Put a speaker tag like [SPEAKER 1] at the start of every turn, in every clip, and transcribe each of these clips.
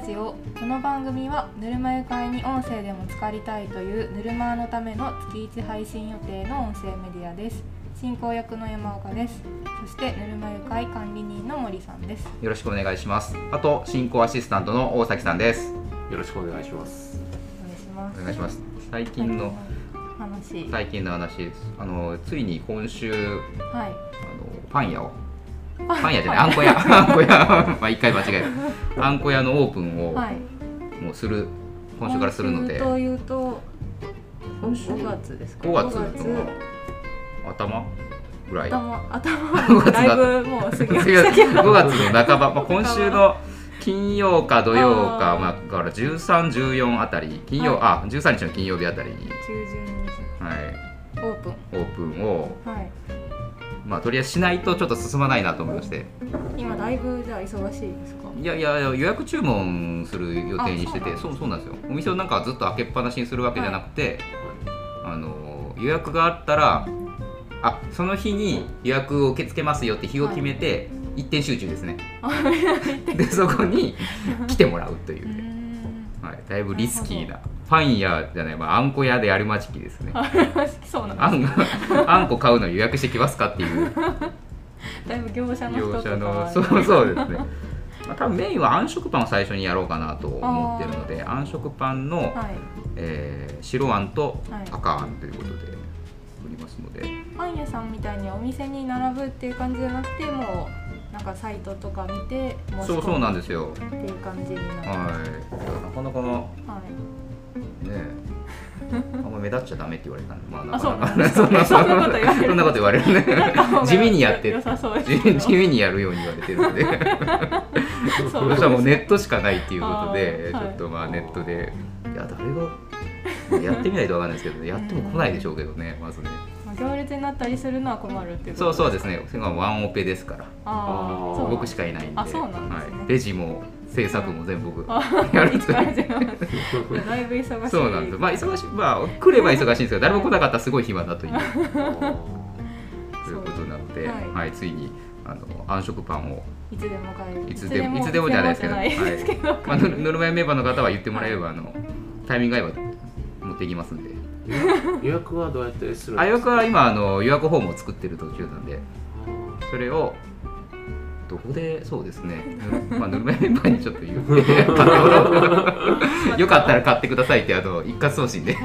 [SPEAKER 1] この番組はぬるま湯会に音声でも浸かりたいというぬるま湯のための月1配信予定の音声メディアです進行役の山岡ですそしてぬるま湯会管理人の森さんです
[SPEAKER 2] よろしくお願いします。あと進行アシスタントの大崎さんです。
[SPEAKER 3] よろしくお願いします。
[SPEAKER 1] お願いします
[SPEAKER 2] お願いします。最近の
[SPEAKER 1] 話はい、
[SPEAKER 2] 最近の話です。あのついに今週
[SPEAKER 1] はい、
[SPEAKER 2] あのパン屋をパン屋じゃないあんこ屋 あんこ屋まあ一回間違えたあんこ屋のオープンを
[SPEAKER 1] はい
[SPEAKER 2] もうする今週からするので
[SPEAKER 1] 今週というと
[SPEAKER 2] 今週
[SPEAKER 1] 5月ですか
[SPEAKER 2] 5月
[SPEAKER 1] 5
[SPEAKER 2] の頭ぐらい。
[SPEAKER 1] 頭頭がだいぶもう過ぎ ましたけど
[SPEAKER 2] 5月の半ば、まあ、今週の金曜か土曜か
[SPEAKER 1] あー
[SPEAKER 2] まあ、だから13、14あたり金曜、あ13日の金曜日あたりに、
[SPEAKER 1] 中旬に
[SPEAKER 2] はい、
[SPEAKER 1] オープン
[SPEAKER 2] オープンを、
[SPEAKER 1] はい
[SPEAKER 2] まあ、とりあえずしないとちょっと進まないなと思いまして
[SPEAKER 1] 今だいぶじゃあ忙しいですか
[SPEAKER 2] いやいやいや予約注文する予定にしてて
[SPEAKER 1] あ
[SPEAKER 2] そうそうなんですよお店をなんかずっと開けっぱなしにするわけじゃなくて、あの予約があったらあその日に予約を受け付けますよって日を決めて、一点集中です ねでそこに来てもらうというう
[SPEAKER 1] ー
[SPEAKER 2] ね、
[SPEAKER 1] ん
[SPEAKER 2] はい、だいぶリスキーなパン屋じゃない、まあ、あんこ屋であるまじきですね
[SPEAKER 1] あそうなん
[SPEAKER 2] あんあんこ買うの予約してきますかっていう
[SPEAKER 1] だいぶ業者の人
[SPEAKER 2] 業
[SPEAKER 1] とか
[SPEAKER 2] 者の
[SPEAKER 1] は
[SPEAKER 2] そうそうですね、 まあ、多分メインは暗色パンを最初にやろうかなと思ってるので暗色パンの、
[SPEAKER 1] はい
[SPEAKER 2] えー白あんと
[SPEAKER 1] はい
[SPEAKER 2] 赤あんということで売りますので、
[SPEAKER 1] パン屋さんみたいにお店に並ぶっていう感じじゃなくてもうなんかサイトとか見て申し
[SPEAKER 2] そうそう
[SPEAKER 1] 込
[SPEAKER 2] な
[SPEAKER 1] む
[SPEAKER 2] んですよ
[SPEAKER 1] っていう感じになる
[SPEAKER 2] はいなかなかの
[SPEAKER 1] はい
[SPEAKER 2] ね えあんま目立っちゃダメって言われたんでまあ
[SPEAKER 1] あそう
[SPEAKER 2] か
[SPEAKER 1] なんですねそんなこと言われる
[SPEAKER 2] そんなこと言われるね
[SPEAKER 1] なんか
[SPEAKER 2] 地味にやって
[SPEAKER 1] 良さそうですけど
[SPEAKER 2] 地地味にやるように言われてるのでそ
[SPEAKER 1] そうなんですね
[SPEAKER 2] したらもうネットしかないっていうことで、
[SPEAKER 1] あーはい
[SPEAKER 2] ちょっとまあネットでいや誰がやってみないとわかんないですけどねやっても来ないでしょうけどねまずね
[SPEAKER 1] まあ行列になったりするのは困るっていう
[SPEAKER 2] そうそう
[SPEAKER 1] う
[SPEAKER 2] ですねそれがワンオペですから
[SPEAKER 1] ああ
[SPEAKER 3] そう
[SPEAKER 2] 僕し
[SPEAKER 1] か
[SPEAKER 2] かいないんで
[SPEAKER 1] あそうなんですね
[SPEAKER 2] はい、レジも制作も全部僕
[SPEAKER 1] あ
[SPEAKER 2] やる
[SPEAKER 1] いつ
[SPEAKER 2] と
[SPEAKER 1] か
[SPEAKER 2] い
[SPEAKER 1] ら
[SPEAKER 2] う
[SPEAKER 1] 始まるだいぶ忙しい
[SPEAKER 2] そうなんですまあ忙しいまあ来れば忙しいんですけど誰も来なかったらすごい暇だ というということなので、
[SPEAKER 1] は
[SPEAKER 2] はいいついにあの暗色パンを、
[SPEAKER 1] いつでも買える
[SPEAKER 2] いつでもいつでもじゃないですけど
[SPEAKER 1] いつでもじゃないですけど
[SPEAKER 2] まあ、 ぬぬるま湯メンバーの方は言ってもらえれば、あのタイミング合えば持っていきますんで
[SPEAKER 3] 予約はどうやってするんですか
[SPEAKER 2] あ予約は今あの予約フォームを作ってる途中なんでそれをどこでそうですね、ぬまあ、ぬるま湯メンバーにちょっと 言ってよかったら買ってくださいってあの一括送 信で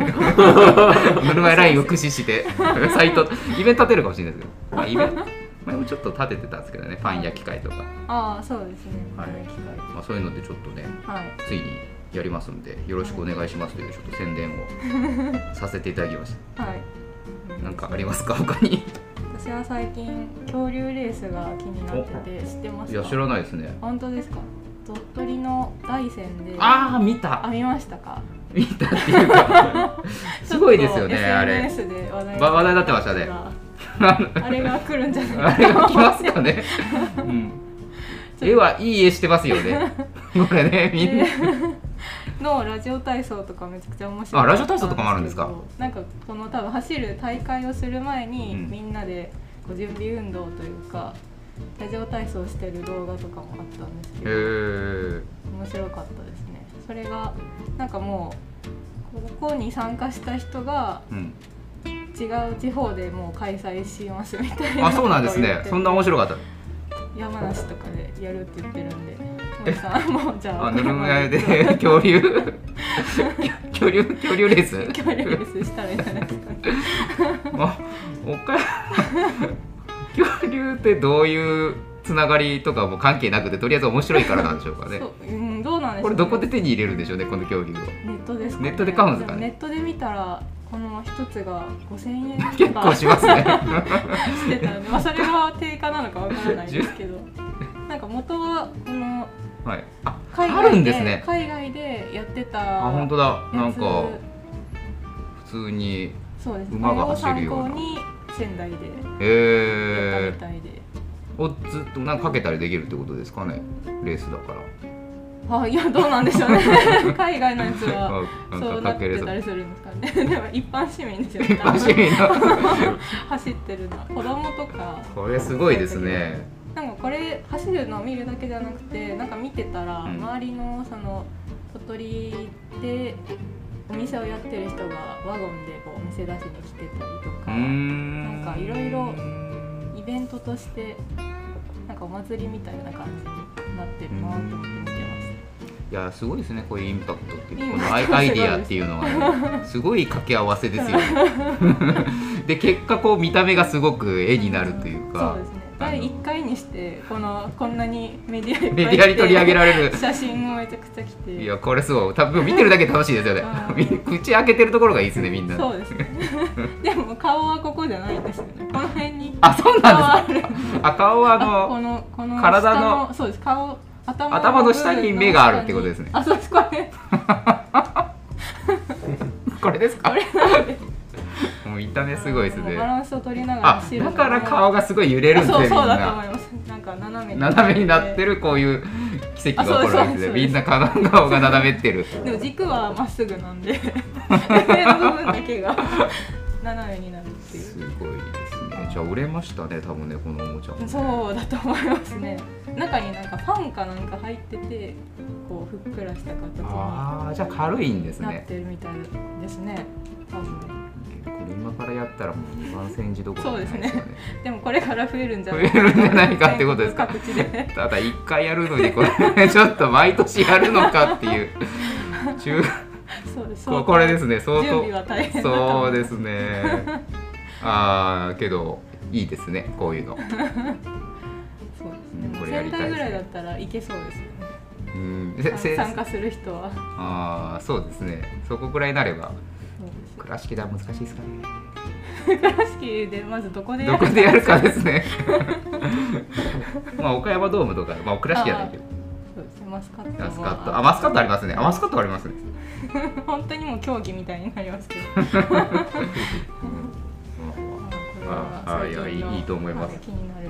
[SPEAKER 2] ぬるま湯ラインを駆使してサイトイベント立てるかもしれないですけど、まあ、イベント前もちょっと立ててたんですけどねパン焼き会とか、
[SPEAKER 1] ああそうですね
[SPEAKER 2] はい
[SPEAKER 1] 機会
[SPEAKER 2] まあ、そういうのでちょっとね
[SPEAKER 1] はい
[SPEAKER 2] ついにやりますんでよろしくお願いしますというちょっと宣伝を させていただきまし
[SPEAKER 1] はい
[SPEAKER 2] たなんかありますか他にい
[SPEAKER 1] 私は最近恐竜レースが気になってて知ってますか
[SPEAKER 2] や知らないですね
[SPEAKER 1] 本当ですか鳥取の大山であ
[SPEAKER 2] ああ見た
[SPEAKER 1] 見ましたか
[SPEAKER 2] 見たっていうか すごいですよね
[SPEAKER 1] ちょっと
[SPEAKER 2] あれ
[SPEAKER 1] SNS で話題
[SPEAKER 2] わ話題になってましたね
[SPEAKER 1] あれが来るんじゃない
[SPEAKER 2] あれが来ます かね、うん、絵はいい絵してますよねこれねみんな、
[SPEAKER 1] のラジオ体操とかめちゃくちゃ面白い
[SPEAKER 2] あラジオ体操とかもあるんですか
[SPEAKER 1] なんかこの多分走る大会をする前に、
[SPEAKER 2] うん
[SPEAKER 1] みんなでこう準備運動というかラジオ体操してる動画とかもあったんですけ
[SPEAKER 2] え
[SPEAKER 1] ど
[SPEAKER 2] ー、
[SPEAKER 1] 面白かったですねそれがなんかもうここに参加した人が
[SPEAKER 2] うん、
[SPEAKER 1] 違う地方でもう開催しますみたいな
[SPEAKER 2] あそうなんです
[SPEAKER 1] ことを言って
[SPEAKER 2] ね
[SPEAKER 1] て
[SPEAKER 2] そんな面白かった
[SPEAKER 1] 山梨とかでやるって言ってるんで森さん もうじゃあ
[SPEAKER 2] あぬるま湯で 恐竜恐竜恐竜レース
[SPEAKER 1] 距離レースしたらいいんじ ゃないですかね
[SPEAKER 2] あ、岡山 恐竜ってどういうつながりとかも関係なくてとりあえず面白いからなんでしょうかね
[SPEAKER 1] そう、うん、どうなんですか、ね、
[SPEAKER 2] これどこで手に入れるんでしょうねこの恐竜を
[SPEAKER 1] ネットですか、
[SPEAKER 2] ネットで買うんですかね
[SPEAKER 1] もネットで見たらこの一つが5000円とか
[SPEAKER 2] 結構しますね
[SPEAKER 1] してたんで、まあ、それが定価なのかわからないです けどなんか元はこの
[SPEAKER 2] はいあ
[SPEAKER 1] 海
[SPEAKER 2] ある
[SPEAKER 1] 外
[SPEAKER 2] ん
[SPEAKER 1] で
[SPEAKER 2] ですね
[SPEAKER 1] 海外でやってた
[SPEAKER 2] あ本当
[SPEAKER 1] だ
[SPEAKER 2] だなんか普通に
[SPEAKER 1] そうです
[SPEAKER 2] 馬が走るような
[SPEAKER 1] あれを参考に仙台でやっ
[SPEAKER 2] え
[SPEAKER 1] たみたいで、
[SPEAKER 2] ー、オッズとなんかかけたりできるってことですかねレースだから
[SPEAKER 1] あいやどうなんでしょ うね海外のやつは
[SPEAKER 2] あ
[SPEAKER 1] そうなってたりするんですかねでも一般市民ですよね
[SPEAKER 2] 一般市民の
[SPEAKER 1] 走ってるのは子供とか
[SPEAKER 2] これすごいです ね
[SPEAKER 1] なんかこれ走るのを見るだけじゃなくてなんか見てたら
[SPEAKER 2] うん
[SPEAKER 1] 周りのその小鳥でお店をやってる人がワゴンでこうお店出しに来てたりとか、
[SPEAKER 2] ん
[SPEAKER 1] なんかいろいろイベントとしてなんかお祭りみたいな感じになってるなと思って見てました。
[SPEAKER 2] いやすごいですねこういうインパクトっていう
[SPEAKER 1] イン
[SPEAKER 2] こ
[SPEAKER 1] パクト
[SPEAKER 2] のアイアイディアっていうのは、ね、すごい掛け合わせです よねで結果こう見た目がすごく絵になるというか
[SPEAKER 1] そうですね。第一回にしてこのこんなにメディアいっぱい来て
[SPEAKER 2] メディアに取り上げられる
[SPEAKER 1] 写真もめちゃくちゃ来て。
[SPEAKER 2] いやこれすごい多分見てるだけで楽しいですよね
[SPEAKER 1] うん
[SPEAKER 2] み口開けてるところがいいですねみんな
[SPEAKER 1] そうですね。 でも顔はここじゃないんですよね。この辺に
[SPEAKER 2] あそ
[SPEAKER 1] 顔
[SPEAKER 2] うなんで
[SPEAKER 1] はある。
[SPEAKER 2] すかあ顔はあ
[SPEAKER 1] あこ
[SPEAKER 2] の
[SPEAKER 1] のこの
[SPEAKER 2] 体の
[SPEAKER 1] 下そうです顔頭の
[SPEAKER 2] 頭の下に目があるってことですね
[SPEAKER 1] あそうですこれ
[SPEAKER 2] これです
[SPEAKER 1] こ
[SPEAKER 2] か
[SPEAKER 1] れなんで
[SPEAKER 2] もう見た目すごい ですね
[SPEAKER 1] バランスを取りながら
[SPEAKER 2] あだから顔がすごい揺れるんです
[SPEAKER 1] そう
[SPEAKER 2] ねみん
[SPEAKER 1] そうだと思
[SPEAKER 2] ない
[SPEAKER 1] ますなんか斜め
[SPEAKER 2] 斜めになって
[SPEAKER 1] る
[SPEAKER 2] るこういう奇跡が起こるわけ
[SPEAKER 1] あそうですそうで
[SPEAKER 2] で
[SPEAKER 1] す
[SPEAKER 2] みんな顔が斜めってる
[SPEAKER 1] でも軸はまっすぐなんで 上の部分だけ が斜めになるってい
[SPEAKER 2] す
[SPEAKER 1] う
[SPEAKER 2] ごいですね。じゃあ売れましたね、多分ね、このおもちゃも。
[SPEAKER 1] そうだと思いますね中になんかファンかなんか入っててこうふっくらした形にな
[SPEAKER 2] ああ、じゃあ軽いんです
[SPEAKER 1] っ
[SPEAKER 2] ね。
[SPEAKER 1] てるみたいですね多分
[SPEAKER 2] 車からやったらもう2万センチどころじゃない
[SPEAKER 1] そう でもこれから増えるんじゃ
[SPEAKER 2] 増
[SPEAKER 1] な
[SPEAKER 2] え
[SPEAKER 1] い
[SPEAKER 2] るんじゃないかってことですか。
[SPEAKER 1] 全国各地で
[SPEAKER 2] ただ一回やるのにこれ ちょっと毎年やるのかっていう中
[SPEAKER 1] そうです
[SPEAKER 2] ここれですね相
[SPEAKER 1] 準
[SPEAKER 2] 当
[SPEAKER 1] 備は大変だと思
[SPEAKER 2] そうですねああけどいいですねこういうの
[SPEAKER 1] そう
[SPEAKER 2] うん
[SPEAKER 1] です
[SPEAKER 2] これ
[SPEAKER 1] ね
[SPEAKER 2] やり
[SPEAKER 1] 仙
[SPEAKER 2] た
[SPEAKER 1] 台
[SPEAKER 2] いですね
[SPEAKER 1] ぐらいだったらいけそうですよね
[SPEAKER 2] うんせせ
[SPEAKER 1] 参加する人はそ
[SPEAKER 2] ああそうですねそこくらいになれば
[SPEAKER 1] うですよ
[SPEAKER 2] 倉敷では難しいですかね
[SPEAKER 1] 倉敷でまずど こでや
[SPEAKER 2] ど
[SPEAKER 1] る
[SPEAKER 2] こ
[SPEAKER 1] か
[SPEAKER 2] でやるかです ね。まあ岡山ドームとか、まあ倉敷じゃないけど、
[SPEAKER 1] そうですねマスカットは
[SPEAKER 2] マスカット、あマスカットありますね。あマスカットありますね。
[SPEAKER 1] 本当にもう競技みたいになりますけどまあこれは
[SPEAKER 2] ああ
[SPEAKER 1] 最
[SPEAKER 2] い
[SPEAKER 1] 近
[SPEAKER 2] や
[SPEAKER 1] の
[SPEAKER 2] いいいいと思います
[SPEAKER 1] は気になる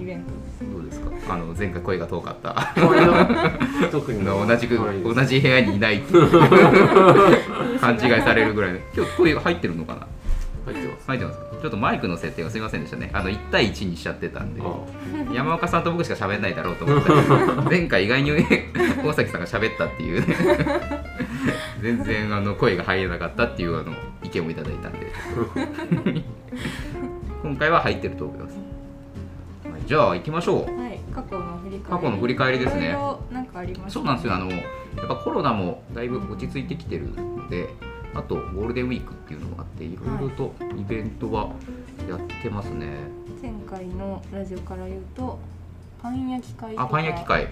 [SPEAKER 1] イベント
[SPEAKER 2] どうですか。あの前回声が遠かった。
[SPEAKER 3] これは特に
[SPEAKER 2] 同じく
[SPEAKER 3] これいいです
[SPEAKER 2] 同じ部屋にい ないっていう勘違いされるぐらいの。今日声入ってるのかな。
[SPEAKER 3] 入ってます
[SPEAKER 2] 入ってますか。ちょっとマイクの設定がすみませんでしたね。あの1対1にしちゃってたんで。
[SPEAKER 3] あ
[SPEAKER 2] 山岡さんと僕しか喋んないだろうと思った けど前回意外にね大崎さんが喋ったっていう ね全然あの声が入れなかったっていうあの意見をいただいたんで今回は入ってると思います、はいじゃあ行きまし
[SPEAKER 1] は
[SPEAKER 2] ょ
[SPEAKER 1] い過去の振り返り
[SPEAKER 2] 過去の振り返りですね
[SPEAKER 1] いろいろなんかありま
[SPEAKER 2] う
[SPEAKER 1] す
[SPEAKER 2] そうなんですよあのやっぱコロナもだいぶ落ち着いてきてるのであとゴールデンウィークっていうのもあっていろいろとイベントはやってますね、
[SPEAKER 1] 前回のラジオから言うとパン焼き会と
[SPEAKER 2] あ
[SPEAKER 1] か
[SPEAKER 2] パン焼き会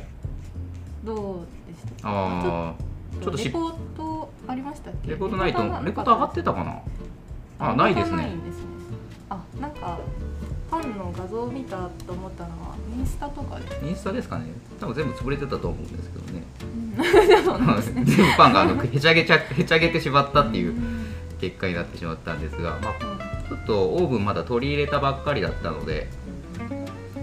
[SPEAKER 1] どうでした
[SPEAKER 2] ああちょっと
[SPEAKER 1] レ
[SPEAKER 2] 失
[SPEAKER 1] ポートありましたっけ
[SPEAKER 2] レポートないと
[SPEAKER 1] レポートは
[SPEAKER 2] レポート上がってたかなあ
[SPEAKER 1] レポートは
[SPEAKER 2] ないです
[SPEAKER 1] ない
[SPEAKER 2] ね
[SPEAKER 1] んですねあなんかパンの画像を見たと思ったのはインスタとかで
[SPEAKER 2] インスタですかね多分全部潰れてたと思うんですけどね
[SPEAKER 1] そうなんです
[SPEAKER 2] 全
[SPEAKER 1] ね
[SPEAKER 2] 部パンがあのへちゃげちゃへちゃげてしまったっていう結果になってしまったんですが、まあ、ちょっとオーブンまだ取り入れたばっかりだったのでまだちょ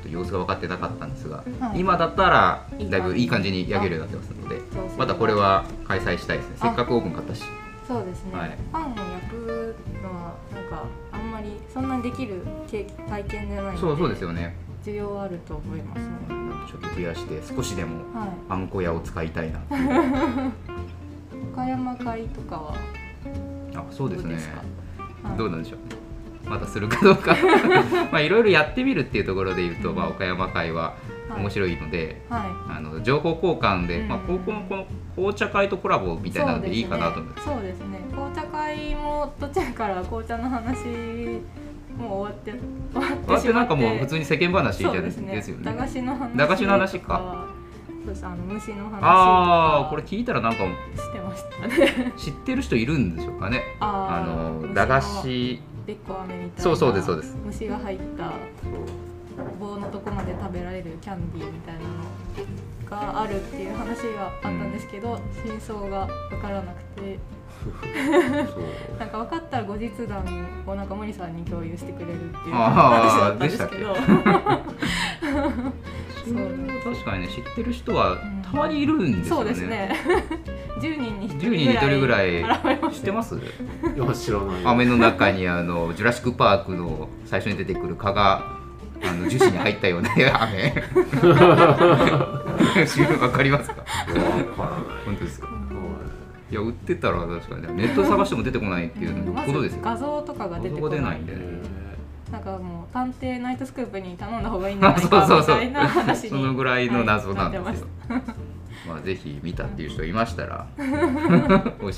[SPEAKER 2] っと様子が分かってなかったんですが、
[SPEAKER 1] はい
[SPEAKER 2] 今だったら
[SPEAKER 1] いい感じ
[SPEAKER 2] だいぶいい感じに焼けるようになってますので
[SPEAKER 1] そうそう
[SPEAKER 2] またこれは開催したいですね
[SPEAKER 1] あ
[SPEAKER 2] せっかくオーブン買ったし
[SPEAKER 1] そうですね、
[SPEAKER 2] はい
[SPEAKER 1] パンを焼くのはなんかあんまりそんなできる経体験じゃないので
[SPEAKER 2] そうそうですよね
[SPEAKER 1] 需要あると思いますね
[SPEAKER 2] なんかちょっと増やして少しでも
[SPEAKER 1] はい
[SPEAKER 2] あんこ屋を使いたいな
[SPEAKER 1] 岡山会とかは
[SPEAKER 2] あそうです
[SPEAKER 1] どう
[SPEAKER 2] ね
[SPEAKER 1] ですかはい
[SPEAKER 2] どうなんでしょうねまたするかど うかまあいろいろやってみるっていうところで言うと、まあ、岡山会は
[SPEAKER 1] はい
[SPEAKER 2] 面白いので、
[SPEAKER 1] は
[SPEAKER 2] あの情報交換で、
[SPEAKER 1] うん
[SPEAKER 2] まあ、高校のこの紅茶会とコラボみ
[SPEAKER 1] い
[SPEAKER 2] たいなのでいいかなと思います
[SPEAKER 1] そうですねそうですね紅茶会も途中から紅茶の話もう終わって終わってしまって
[SPEAKER 2] だってなんかもう普通に世間話じゃ
[SPEAKER 1] そう
[SPEAKER 2] で
[SPEAKER 1] ですすね
[SPEAKER 2] ですよ
[SPEAKER 1] 駄菓
[SPEAKER 2] ね
[SPEAKER 1] 子の話
[SPEAKER 2] 駄菓子の話か
[SPEAKER 1] とそうですあの虫の話とか
[SPEAKER 2] ああこれ聞いたらなんか
[SPEAKER 1] してました ね
[SPEAKER 2] 知ってる人いるんでしょうかねあ
[SPEAKER 1] あー虫
[SPEAKER 2] の駄 菓子
[SPEAKER 1] べっこ飴みたいな
[SPEAKER 2] そうそうですそうです
[SPEAKER 1] 虫が入った棒のとこまで食べられるキャンディーみたいなのがあるっていう話があったんですけど、真相が分からなくて
[SPEAKER 2] そう
[SPEAKER 1] なんか分かったら後日談をなんか森さんに共有してくれるっていう話だ
[SPEAKER 2] あー
[SPEAKER 1] ったんですけどそう
[SPEAKER 2] 確かにね知ってる人は
[SPEAKER 1] うん
[SPEAKER 2] たまにいるんです
[SPEAKER 1] そ
[SPEAKER 2] よ
[SPEAKER 1] う
[SPEAKER 2] ね、
[SPEAKER 1] ですね 10人に1
[SPEAKER 2] 10人に1人
[SPEAKER 1] 人
[SPEAKER 2] ぐ
[SPEAKER 1] ぐ
[SPEAKER 2] ら
[SPEAKER 1] ら
[SPEAKER 2] い
[SPEAKER 1] い現れま
[SPEAKER 2] 知
[SPEAKER 1] し
[SPEAKER 2] ったて
[SPEAKER 1] よ
[SPEAKER 2] ます
[SPEAKER 3] いや知らない
[SPEAKER 2] 雨の中にあのジュラシック・パークの最初に 出てくる蚊があの樹脂に入ったような雨わかりますか
[SPEAKER 3] から
[SPEAKER 2] 本当ですか
[SPEAKER 3] ない
[SPEAKER 2] いや売ってたら確かにネット探しても出てこないっていうのよ
[SPEAKER 1] ま
[SPEAKER 2] っぽどで
[SPEAKER 1] ず
[SPEAKER 2] すよ
[SPEAKER 1] 画像とかが出てこ
[SPEAKER 2] 画像が出
[SPEAKER 1] な
[SPEAKER 2] ないい
[SPEAKER 1] ん
[SPEAKER 2] ん
[SPEAKER 1] で
[SPEAKER 2] で
[SPEAKER 3] へ
[SPEAKER 1] なんかもう探偵ナイトスクープに頼んだ方がいいんじゃないか
[SPEAKER 2] そう
[SPEAKER 1] み
[SPEAKER 2] そうそう
[SPEAKER 1] たいな話に
[SPEAKER 2] そのぐらいの謎なん
[SPEAKER 1] はい
[SPEAKER 2] です
[SPEAKER 1] って
[SPEAKER 2] よまあぜひ見たっていう人いましたら 教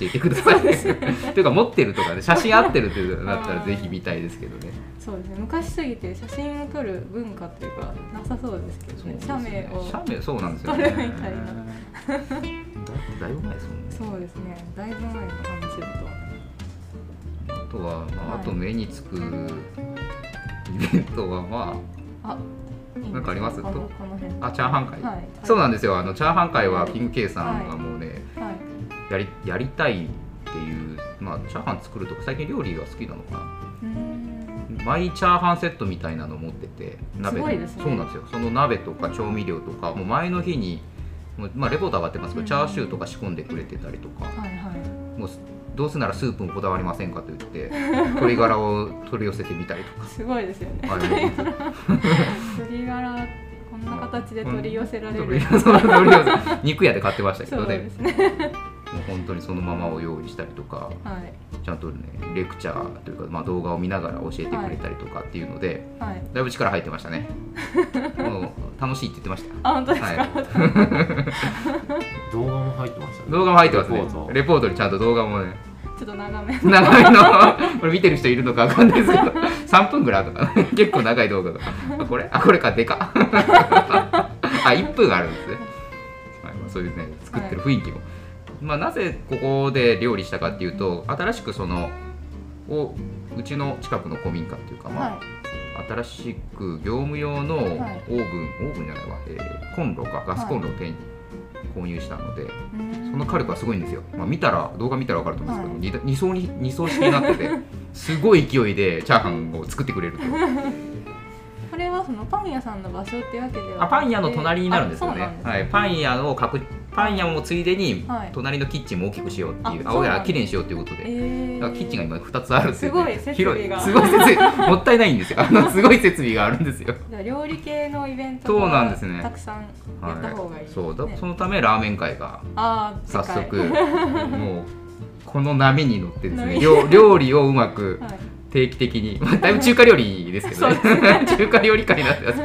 [SPEAKER 2] えてくださいね っていうか持ってるとかね写真合ってるってなったらぜひ見たいですけどね
[SPEAKER 1] ますそうですね昔すぎて写真を撮る文化っていうかなさそうですけど
[SPEAKER 2] そう
[SPEAKER 1] ね
[SPEAKER 2] です
[SPEAKER 1] 写
[SPEAKER 2] よ
[SPEAKER 1] メ
[SPEAKER 2] ね
[SPEAKER 1] を
[SPEAKER 2] 写メそうなんですよね
[SPEAKER 1] 撮れみたいな
[SPEAKER 2] だってだいぶ前ですもんね
[SPEAKER 1] そうですねだいぶ前の話だと
[SPEAKER 2] あとは、ま
[SPEAKER 1] は
[SPEAKER 2] あ、
[SPEAKER 1] い
[SPEAKER 2] あと目につくイベントはま
[SPEAKER 1] あいいです
[SPEAKER 2] なんかあります
[SPEAKER 1] このこの辺
[SPEAKER 2] ああチャーハン会、
[SPEAKER 1] はい
[SPEAKER 2] そうなんんですよあのチャーハン会はキング K さんがもうね、
[SPEAKER 1] ですはい
[SPEAKER 2] やりやりたいっていうまあチャーハン作るとか最近料理が好きなのか
[SPEAKER 1] うーん
[SPEAKER 2] なマイチャーハンセットみたいなの持ってて鍋
[SPEAKER 1] すごいですね
[SPEAKER 2] そうなんですよその鍋とか調味料とかもう前の日にもうまあ、レポート上がってますけど、
[SPEAKER 1] うん
[SPEAKER 2] チャーシューとか仕込んでくれてたりとか、
[SPEAKER 1] はいはい
[SPEAKER 2] もうどうせならスープもこだわりませんかと言 って鶏ガラを取り寄せてみたりとか
[SPEAKER 1] すごいですよね。
[SPEAKER 2] あれも
[SPEAKER 1] 鶏ガラこんな形で取り寄せられ
[SPEAKER 2] と
[SPEAKER 1] る
[SPEAKER 2] り。あえずとりあえず肉屋で買ってましたけ
[SPEAKER 1] そ
[SPEAKER 2] ど
[SPEAKER 1] う
[SPEAKER 2] ね
[SPEAKER 1] ですね。
[SPEAKER 2] もう本当にそのままを用意したりとか
[SPEAKER 1] はい
[SPEAKER 2] ちゃんとねレクチャーというか、まあ、動画を見ながら教えてくれたりとかっていうので、
[SPEAKER 1] はい。
[SPEAKER 2] だいぶ力入ってまし たねもう楽しいって言ってました
[SPEAKER 1] あ本当ですか。
[SPEAKER 2] はい
[SPEAKER 3] ー動画も入ってましたね
[SPEAKER 2] 動画も入ってますね
[SPEAKER 3] レ
[SPEAKER 2] レ
[SPEAKER 3] ポー
[SPEAKER 2] ポ
[SPEAKER 3] ト
[SPEAKER 2] ートにちゃんと動画もね
[SPEAKER 1] ちょっと長め。
[SPEAKER 2] 長いの これ見てる人いるのか分かんないですけど3分ぐらいあるのかな結構長い動画があこれあこれかでか っあ1分あるんですね、はいまあ、そういうね作ってる雰囲気も、まあ、なぜここで料理したかっていうと新しくそのをうちの近くの古民家っていうか、まあ
[SPEAKER 1] は
[SPEAKER 2] 新しく業務用のオーブン、
[SPEAKER 1] はい
[SPEAKER 2] オーブンじゃないわ、えーコンロかガスコンロを手に購入したので、
[SPEAKER 1] い。
[SPEAKER 2] その火力がすごいんですよ、まあ、見たら動画見たら分かると思うんですけど、二 2, 層に二層式になって てすごい勢いでチャーハンを作ってくれると
[SPEAKER 1] これはそのパン屋さんの場所ってわけではなくて。
[SPEAKER 2] あパン屋の隣になるんですよ
[SPEAKER 1] あ
[SPEAKER 2] ね
[SPEAKER 1] そうなんです
[SPEAKER 2] はい、パン屋を各パン屋もついでに
[SPEAKER 1] はい
[SPEAKER 2] 隣のキッチンも大きくしようっていう、
[SPEAKER 1] あ
[SPEAKER 2] 青
[SPEAKER 1] そうなん
[SPEAKER 2] や
[SPEAKER 1] だ
[SPEAKER 2] きれいにしようということで、
[SPEAKER 1] ええ。
[SPEAKER 2] だからキッチンが今2つあるんですよ、ね、
[SPEAKER 1] すごい設備が
[SPEAKER 2] 広いすごい設備もったいないんですよあのすごい設備があるんですよ
[SPEAKER 1] じゃあ料理系のイベント
[SPEAKER 2] そうなん
[SPEAKER 1] が
[SPEAKER 2] ですね
[SPEAKER 1] たくさんやった方がいい、ね。
[SPEAKER 2] そうだそのためラーメン会が
[SPEAKER 1] ああ
[SPEAKER 2] 早
[SPEAKER 1] 次回
[SPEAKER 2] 速もうこの波に乗ってです
[SPEAKER 1] 波
[SPEAKER 2] ね料料理をうまく
[SPEAKER 1] はい。
[SPEAKER 2] 定期的に、まあ、だいぶ中華料理ですけど ね中華料理会になってます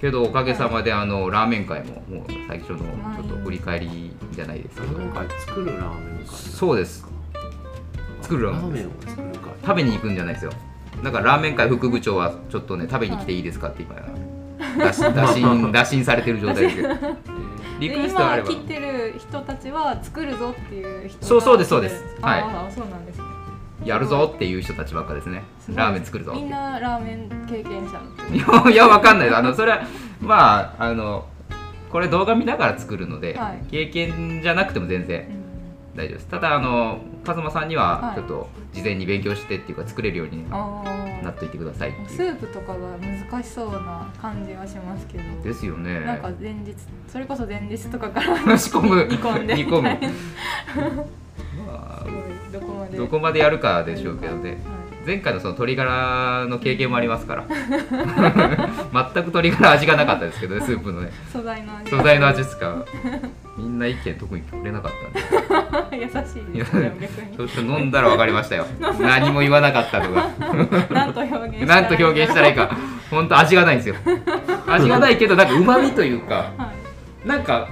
[SPEAKER 2] けどおかげさまであのラーメン会ももう最初のちょっと振り返りじゃないです
[SPEAKER 3] ラ
[SPEAKER 2] けど
[SPEAKER 3] ーメン会作るラーメン会
[SPEAKER 2] そうです作るラーメン
[SPEAKER 3] ラーメンを作る会
[SPEAKER 2] 食べに行くんじゃないですよだからラーメン会副部長はちょっとね食べに来ていいですかって今打診打診打診されてる状態ですけどリクエストがあれば
[SPEAKER 1] で今切ってる人たちは作るぞっていう人が
[SPEAKER 2] そうそうですそうですはい
[SPEAKER 1] ああそうなんですね。
[SPEAKER 2] やるぞっていう人たちばっかですね
[SPEAKER 1] すごい
[SPEAKER 2] ラーメン作るぞって
[SPEAKER 1] みんなラーメン経験者
[SPEAKER 2] いや いやわかんないですあのそれはまああのこれ動画見ながら作るので、
[SPEAKER 1] はい
[SPEAKER 2] 経験じゃなくても全然大丈夫ですただあのカズマさんに
[SPEAKER 1] は
[SPEAKER 2] はいちょっと事前に勉強してっていうか作れるようにな
[SPEAKER 1] ああ
[SPEAKER 2] っといてくださいって
[SPEAKER 1] ス
[SPEAKER 2] いう
[SPEAKER 1] ープとかが難しそうな感じはしますけど
[SPEAKER 2] ですよね
[SPEAKER 1] なんか前日それこそ前日とかから
[SPEAKER 2] 仕込む
[SPEAKER 1] 煮込んで
[SPEAKER 2] 煮込む
[SPEAKER 1] はい
[SPEAKER 2] ます
[SPEAKER 1] ごい どこま
[SPEAKER 2] あ
[SPEAKER 1] で
[SPEAKER 2] どこまでやるかでしょうけど
[SPEAKER 1] は
[SPEAKER 2] ね
[SPEAKER 1] い
[SPEAKER 2] 前回のその鶏ガラの経験もありますから全く鶏ガラ味がなかったですけどねスープのね
[SPEAKER 1] 素材の味
[SPEAKER 2] 素材の味ですかみんな意見特にくれなかったんで
[SPEAKER 1] 優しいですね逆 に
[SPEAKER 2] そして飲んだら分かりましたよ何も言わなかったと か
[SPEAKER 1] なんと表現したら
[SPEAKER 2] 何と表現したらいいか本当味がないんですよ味がないけどなんかうまみというか
[SPEAKER 1] は
[SPEAKER 2] なんか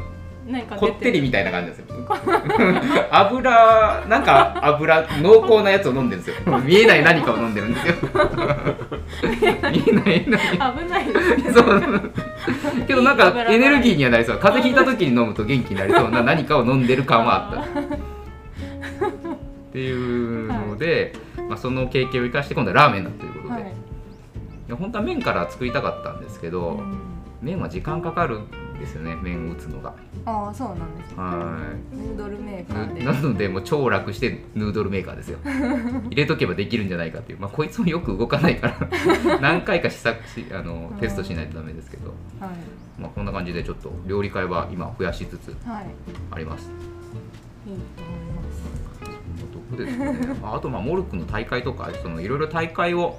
[SPEAKER 1] いなんか
[SPEAKER 2] こってりみたいな感じなんですよ 油なんか油濃厚なやつを飲んでるんですよ見えない何かを飲んでるんです よ見えない何
[SPEAKER 1] 危ないですね
[SPEAKER 2] そうけどなんかエネルギーにはなりそう風邪ひいた時に飲むと元気になりそうな何かを飲んでる感はあったっていうので、まあ、その経験を生かして今度はラーメンだということで、
[SPEAKER 1] はい
[SPEAKER 2] い、や本当は麺から作りたかったんですけど、
[SPEAKER 1] うん
[SPEAKER 2] 麺は時間かかるんですよね麺を打つのが
[SPEAKER 1] ああそうなんですね
[SPEAKER 2] は
[SPEAKER 1] ヌードルメーカー
[SPEAKER 2] い
[SPEAKER 1] で
[SPEAKER 2] なのでもう超楽してヌードルメーカーですよ入れとけばできるんじゃないかっていう、まあ、こいつもよく動かないから 何回か試作しあのテストしないとダメですけど、
[SPEAKER 1] はい
[SPEAKER 2] まあ、こんな感じでちょっと料理会は今増やしつつ
[SPEAKER 1] はい
[SPEAKER 2] あります。
[SPEAKER 1] いいと思います
[SPEAKER 2] どこですかね、ああとまあモルックの大会とかそのいろいろ大会を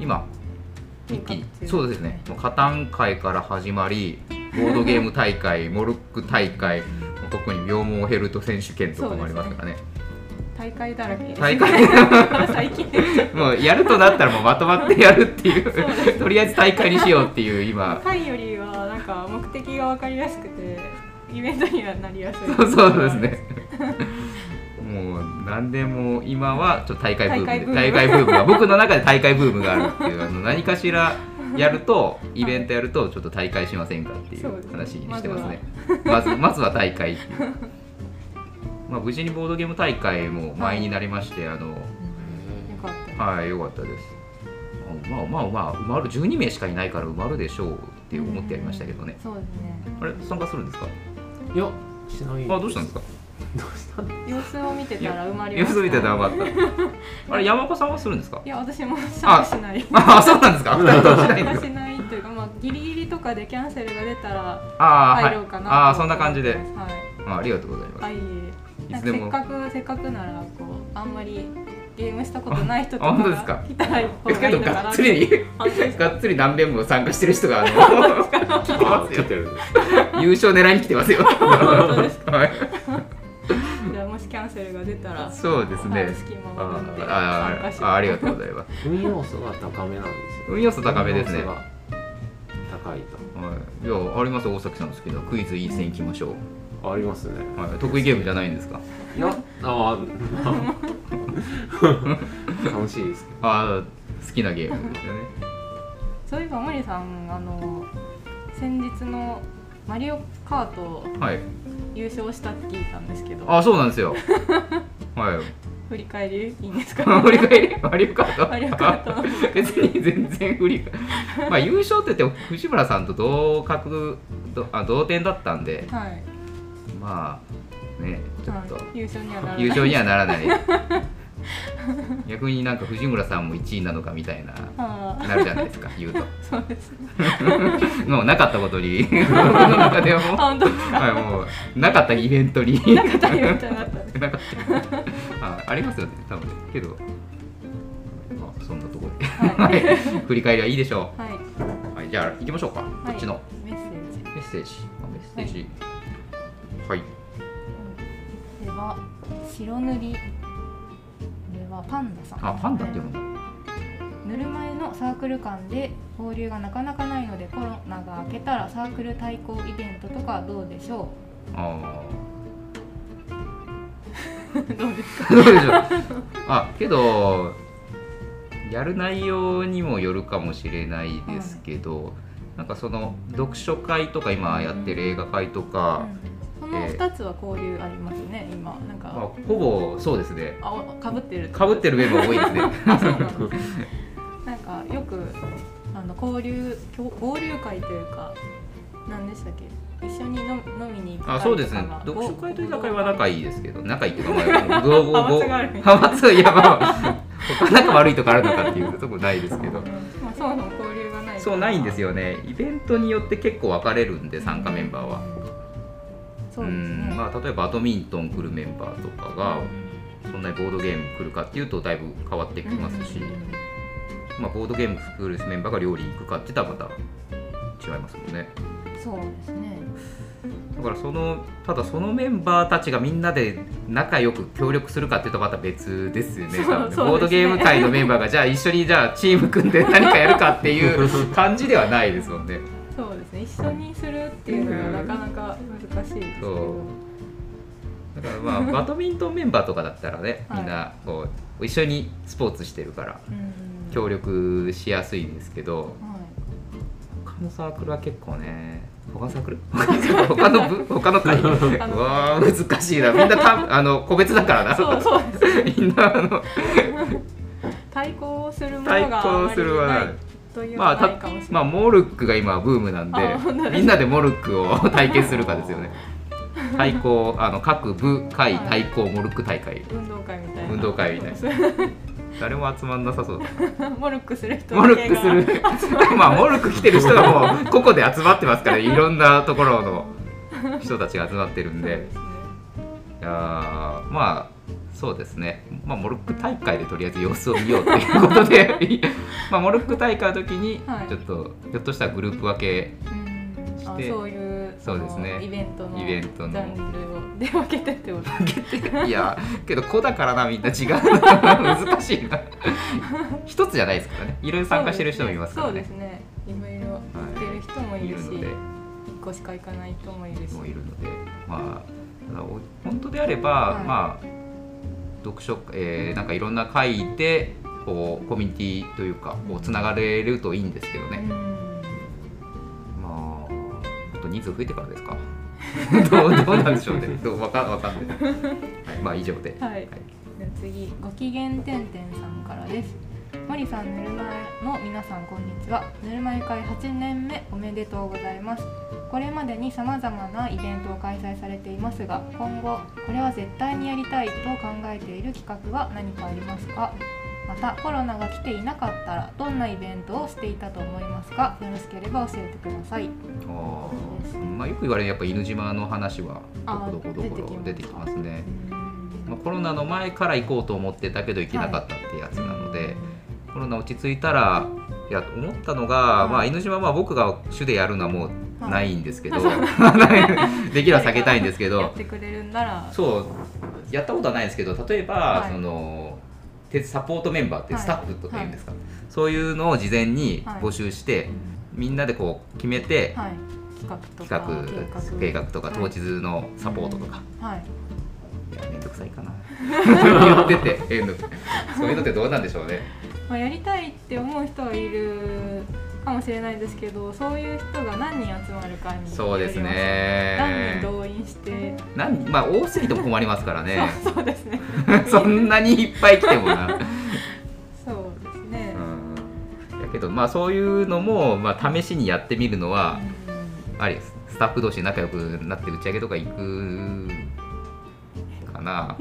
[SPEAKER 2] 今一気にそうですねもうカタン会から始まりボードゲーム大 会モルック大会特に羊毛ヘルト選手権とかもありますからね
[SPEAKER 1] 大会だらけ
[SPEAKER 2] 大会
[SPEAKER 1] 最近
[SPEAKER 2] もうやるとなったらもうまとまってやるっていう
[SPEAKER 1] そうですね
[SPEAKER 2] とりあえず大会にしようっていう今
[SPEAKER 1] 会よりはなんか目的が分かりやすくてイベントにはなりやすい
[SPEAKER 2] そうそうですねもう何でも今はちょっと大会ブームで
[SPEAKER 1] 大会
[SPEAKER 2] 大会ブームが僕の中で大会ブームがあるっていうあの何かしらやるとイベントやるとちょっと大会しませんかってい
[SPEAKER 1] そうで
[SPEAKER 2] う
[SPEAKER 1] すね
[SPEAKER 2] 話にしてますねまずまずは大会っていうまあ無事にボードゲーム大会も前になりまして、あの
[SPEAKER 1] よかった
[SPEAKER 2] はい、良かったです。あまあまあまあ、埋まる12名しかいないから埋まるでしょうって思ってやりましたけどね。
[SPEAKER 1] そうですね
[SPEAKER 2] あれ、参加するんですか。
[SPEAKER 3] いやしない
[SPEAKER 2] あ、どうしたんですか。
[SPEAKER 3] どうしたの
[SPEAKER 1] 様子を見てたら埋まり
[SPEAKER 2] 様
[SPEAKER 1] ました
[SPEAKER 2] 子見てたら余った。あれ、山岡さんはするんですか
[SPEAKER 1] い。や私も参加しない
[SPEAKER 2] あ、そうなんですか。二人ともしないんで
[SPEAKER 1] 参
[SPEAKER 2] す
[SPEAKER 1] 加しないというかまあギリギリとかでキャンセルが出たら
[SPEAKER 2] か。あー、は
[SPEAKER 1] 入
[SPEAKER 2] い
[SPEAKER 1] ろうか。なと
[SPEAKER 2] あー、そんな感じ
[SPEAKER 1] は
[SPEAKER 2] で。
[SPEAKER 1] い
[SPEAKER 2] あ、ありがとうございま
[SPEAKER 1] はい
[SPEAKER 2] す。い
[SPEAKER 1] なんか
[SPEAKER 2] つで
[SPEAKER 1] せっ
[SPEAKER 2] も。
[SPEAKER 1] かくせっかくならこうあんまりゲームしたことない人と
[SPEAKER 2] あ
[SPEAKER 1] か
[SPEAKER 2] 本当ですか
[SPEAKER 1] が来たらい
[SPEAKER 2] ですけ
[SPEAKER 1] い
[SPEAKER 2] ど、
[SPEAKER 1] のか
[SPEAKER 2] が
[SPEAKER 1] な
[SPEAKER 2] っつり。
[SPEAKER 1] 反省して
[SPEAKER 2] がっつり何遍も参加してる人 が、あの。
[SPEAKER 3] 来てますよ来てるんです
[SPEAKER 2] 優勝狙いに来てま すよ。
[SPEAKER 1] 本当です
[SPEAKER 2] はい。
[SPEAKER 1] じゃあもしキャンセルが出たら
[SPEAKER 2] そうです
[SPEAKER 1] はい
[SPEAKER 2] ね。
[SPEAKER 1] 隙間を
[SPEAKER 2] あ
[SPEAKER 1] 埋めて
[SPEAKER 2] ーあ
[SPEAKER 1] 参加し
[SPEAKER 2] ー、
[SPEAKER 1] ます
[SPEAKER 2] あーありがとうございます。
[SPEAKER 3] 運要素が高めなんですよ
[SPEAKER 2] 運要素高めですね
[SPEAKER 3] 運要素が高い
[SPEAKER 2] はい、いやありますよ大崎さんの好きなクイズいい線いきましょ
[SPEAKER 3] とありますね
[SPEAKER 2] う、はい、得意ゲームじゃないんですか
[SPEAKER 3] いやあーまあ楽しいですけ
[SPEAKER 2] ああ好きなゲームですよね
[SPEAKER 1] そういえば森さんあの先日のマリオカート
[SPEAKER 2] はい
[SPEAKER 1] 優勝したって聞いたんですけど
[SPEAKER 2] あそうなんですよはい
[SPEAKER 1] 振り返りいいんですか
[SPEAKER 2] 振り返りマリオカート
[SPEAKER 1] マリオカートの
[SPEAKER 2] 別に全然振り返まあ優勝って言っても藤村さんと同格どあ同点だったんで
[SPEAKER 1] はい、
[SPEAKER 2] まあねちょっと、
[SPEAKER 1] はい、優勝にはならない
[SPEAKER 2] 優勝にはならない逆になんか藤村さんも1位なのかみたいな
[SPEAKER 1] あ
[SPEAKER 2] なるじゃないですか言うと
[SPEAKER 1] あそうですね
[SPEAKER 2] もうなかったことに僕の中ではもう
[SPEAKER 1] あ本当に
[SPEAKER 2] はい、もうなかったイベントに
[SPEAKER 1] なかったよみたいになったんです
[SPEAKER 2] なかったあありますよね多分ねけどまあそんなところで、
[SPEAKER 1] は
[SPEAKER 2] はいい、振り返りはいいでしょ
[SPEAKER 1] はい、は
[SPEAKER 2] う、はい、じゃあ行きましょうか、
[SPEAKER 1] い、
[SPEAKER 2] こっちの
[SPEAKER 1] メッセージ
[SPEAKER 2] メッセージあメッセージはい、
[SPEAKER 1] では白塗りこれはパンダさん
[SPEAKER 2] あパンダって読むの
[SPEAKER 1] ぬるま湯のサークル間で交流がなかなかないのでコロナが明けたらサークル対抗イベントとかどうでしょ
[SPEAKER 2] あ
[SPEAKER 1] うどうですか
[SPEAKER 2] あ どうでしょう あけどやる内容にもよるかもしれないですけど、なんかその読書会とか今やってる映画会とか、
[SPEAKER 1] その2つは交流ありますね、今なん
[SPEAKER 2] まあ
[SPEAKER 1] か、
[SPEAKER 2] ほぼそうですね
[SPEAKER 1] あかぶってる
[SPEAKER 2] かぶってる面も多いですね
[SPEAKER 1] あ そうなのなんかよくあの交流交流会というか何でしたっけ一緒に飲み飲みに行く会
[SPEAKER 2] あそうですね
[SPEAKER 1] とかが
[SPEAKER 2] 読書会と居酒屋は
[SPEAKER 1] ご
[SPEAKER 2] 仲いいですけど仲いいっていうかまあごご
[SPEAKER 1] 派
[SPEAKER 2] ご
[SPEAKER 1] 閥があるみた
[SPEAKER 2] 派閥いやまあ他なんか悪いとこあるのかっていうとこないですけど
[SPEAKER 1] うんまあ、そもそも交流がない
[SPEAKER 2] そうないんです
[SPEAKER 1] よ
[SPEAKER 2] よねイベントによって結構分かれるんで参加メンバーは
[SPEAKER 1] そうです
[SPEAKER 2] ん
[SPEAKER 1] ね
[SPEAKER 2] まあ例えばバドミントン来るメンバーとかがそんなにボードゲーム来るかっていうとだいぶ変わってきますし、まあ、ボードゲーム来るメンバーが料理行くかって言ったらまた違いますもんね
[SPEAKER 1] そうですね
[SPEAKER 2] だからそのただそのメンバーたちがみんなで仲良く協力するかっていうとまた別ですよね
[SPEAKER 1] そう
[SPEAKER 2] 多分ね
[SPEAKER 1] そうですね
[SPEAKER 2] ボードゲーム界のメンバーがじゃあ一緒にじゃあチーム組んで何かやるかっていう感じではないですもんね。
[SPEAKER 1] そうですね一緒にするっていうのがなかなか難しいですけど
[SPEAKER 2] そだからまあバドミントンメンバーとかだったら ねみんなこう一緒にスポーツしてるから
[SPEAKER 1] うん
[SPEAKER 2] 協力しやすいんですけど
[SPEAKER 1] はい
[SPEAKER 2] 他のサークルは結構ね他のサークル 他の部他の 会
[SPEAKER 1] の
[SPEAKER 2] うわー難しいなみんなたあの個別だからな。
[SPEAKER 1] そうそうですね
[SPEAKER 2] みんなあの
[SPEAKER 1] 対抗するもの
[SPEAKER 2] 対
[SPEAKER 1] があ
[SPEAKER 2] 抗
[SPEAKER 1] ますり
[SPEAKER 2] るは
[SPEAKER 1] な
[SPEAKER 2] ないい
[SPEAKER 1] という
[SPEAKER 2] ま
[SPEAKER 1] か
[SPEAKER 2] あ
[SPEAKER 1] ないかもしれ
[SPEAKER 2] ま
[SPEAKER 1] な
[SPEAKER 2] あ
[SPEAKER 1] い、
[SPEAKER 2] モルックが今ブームなん
[SPEAKER 1] あ本当で
[SPEAKER 2] ですみんなでモルックを体験するかですよね対抗あの各部会
[SPEAKER 1] はい
[SPEAKER 2] 対抗モルック大会
[SPEAKER 1] 運動会みたいな
[SPEAKER 2] 運動会みたいな
[SPEAKER 1] そう
[SPEAKER 2] 誰も集まんなさそう だ
[SPEAKER 1] モルックする人
[SPEAKER 2] モ
[SPEAKER 1] だ
[SPEAKER 2] ル
[SPEAKER 1] け
[SPEAKER 2] ッ
[SPEAKER 1] が
[SPEAKER 2] クするまあモルック来てる人がもう個々で集まってますからいろんなところの人たちが集まってるん
[SPEAKER 1] そう
[SPEAKER 2] で
[SPEAKER 1] ですね
[SPEAKER 2] いやーまあそうですね、まあ、モルック大会でとりあえず様子を見ようということで まあモルック大会の時に
[SPEAKER 1] はい
[SPEAKER 2] ちょっとひょっとしたらグループ分け
[SPEAKER 1] うん
[SPEAKER 2] し
[SPEAKER 1] あ
[SPEAKER 2] て
[SPEAKER 1] そういう
[SPEAKER 2] そうです
[SPEAKER 1] あ
[SPEAKER 2] ね
[SPEAKER 1] のイベントの
[SPEAKER 2] イベントの
[SPEAKER 1] ジャンルをで分けてってこと
[SPEAKER 2] いやけど子だからなみんな違う難しいな一つじゃないですからねいろい ろ参加してる人もいますから
[SPEAKER 1] そうで
[SPEAKER 2] ね
[SPEAKER 1] すねそうですねいろいろ
[SPEAKER 2] はい
[SPEAKER 1] 行ってる人もい
[SPEAKER 2] い
[SPEAKER 1] る
[SPEAKER 2] る
[SPEAKER 1] し
[SPEAKER 2] ので
[SPEAKER 1] 一個しか行かない人もいるし
[SPEAKER 2] もういるのでまあただお本当であれば、
[SPEAKER 1] はい
[SPEAKER 2] まあ読書、えーなんかいろんな会でこうコミュニティというかこうつながれるといいんですけどね、
[SPEAKER 1] うん
[SPEAKER 2] まあ、もっと人数増えてからです か。どう、どうなんでしょうね。どう、わか、わかんない。はい、まあ、以上で。
[SPEAKER 1] はい、じゃあ次ご機嫌てんてんさんからです森さんぬるま湯の皆さんこんにちはぬるま湯会8年目おめでとうございますこれまでに様々なイベントを開催されていますが今後これは絶対にやりたいと考えている企画は何かありますかまたコロナが来ていなかったらどんなイベントをしていたと思いますかよろしければ教えてください
[SPEAKER 2] ああ、まあ、よく言われる、やっぱ犬島の話は、どこどこどこどこ
[SPEAKER 1] あ
[SPEAKER 2] 出てきますね。まあ、コロナの前から行こうと思ってたけど、行けなかったってやつなので。コロナ落ち着いたら、いや、思ったのが、
[SPEAKER 1] はい
[SPEAKER 2] まあ、犬島は、まあ、僕が主でやるのはもう。
[SPEAKER 1] はい
[SPEAKER 2] ないんですけど、 できれば避けたいんです
[SPEAKER 1] や
[SPEAKER 2] け
[SPEAKER 1] っ
[SPEAKER 2] ど、
[SPEAKER 1] てくれるんなら
[SPEAKER 2] そうやったことはないですけど例えば、
[SPEAKER 1] はい
[SPEAKER 2] そのてサポートメンバーって
[SPEAKER 1] はい
[SPEAKER 2] スタッフとか言うんですか、そういうのを事前に
[SPEAKER 1] はい
[SPEAKER 2] 募集して、みんなでこう決めて、
[SPEAKER 1] はい、企画とか
[SPEAKER 2] 企画計画とか当日のサポートとか、
[SPEAKER 1] はい、
[SPEAKER 2] いやめんどくさい かな言っててえーのそういうのってどうなんでしょうね。
[SPEAKER 1] まあ、やりたいって思う人はいるかもしれないですけどそういう人が何人集まるかによります
[SPEAKER 2] そうです
[SPEAKER 1] 何
[SPEAKER 2] ね
[SPEAKER 1] 人動員して、
[SPEAKER 2] なんまあ多すぎても困りますからね
[SPEAKER 1] そうそうですね
[SPEAKER 2] そんなにいっぱい来てもな。
[SPEAKER 1] そうですね、
[SPEAKER 2] うんやけどまあそういうのも、まあ、試しにやってみるのは、ありですスタッフ同士仲良くなって打ち上げとか行くかな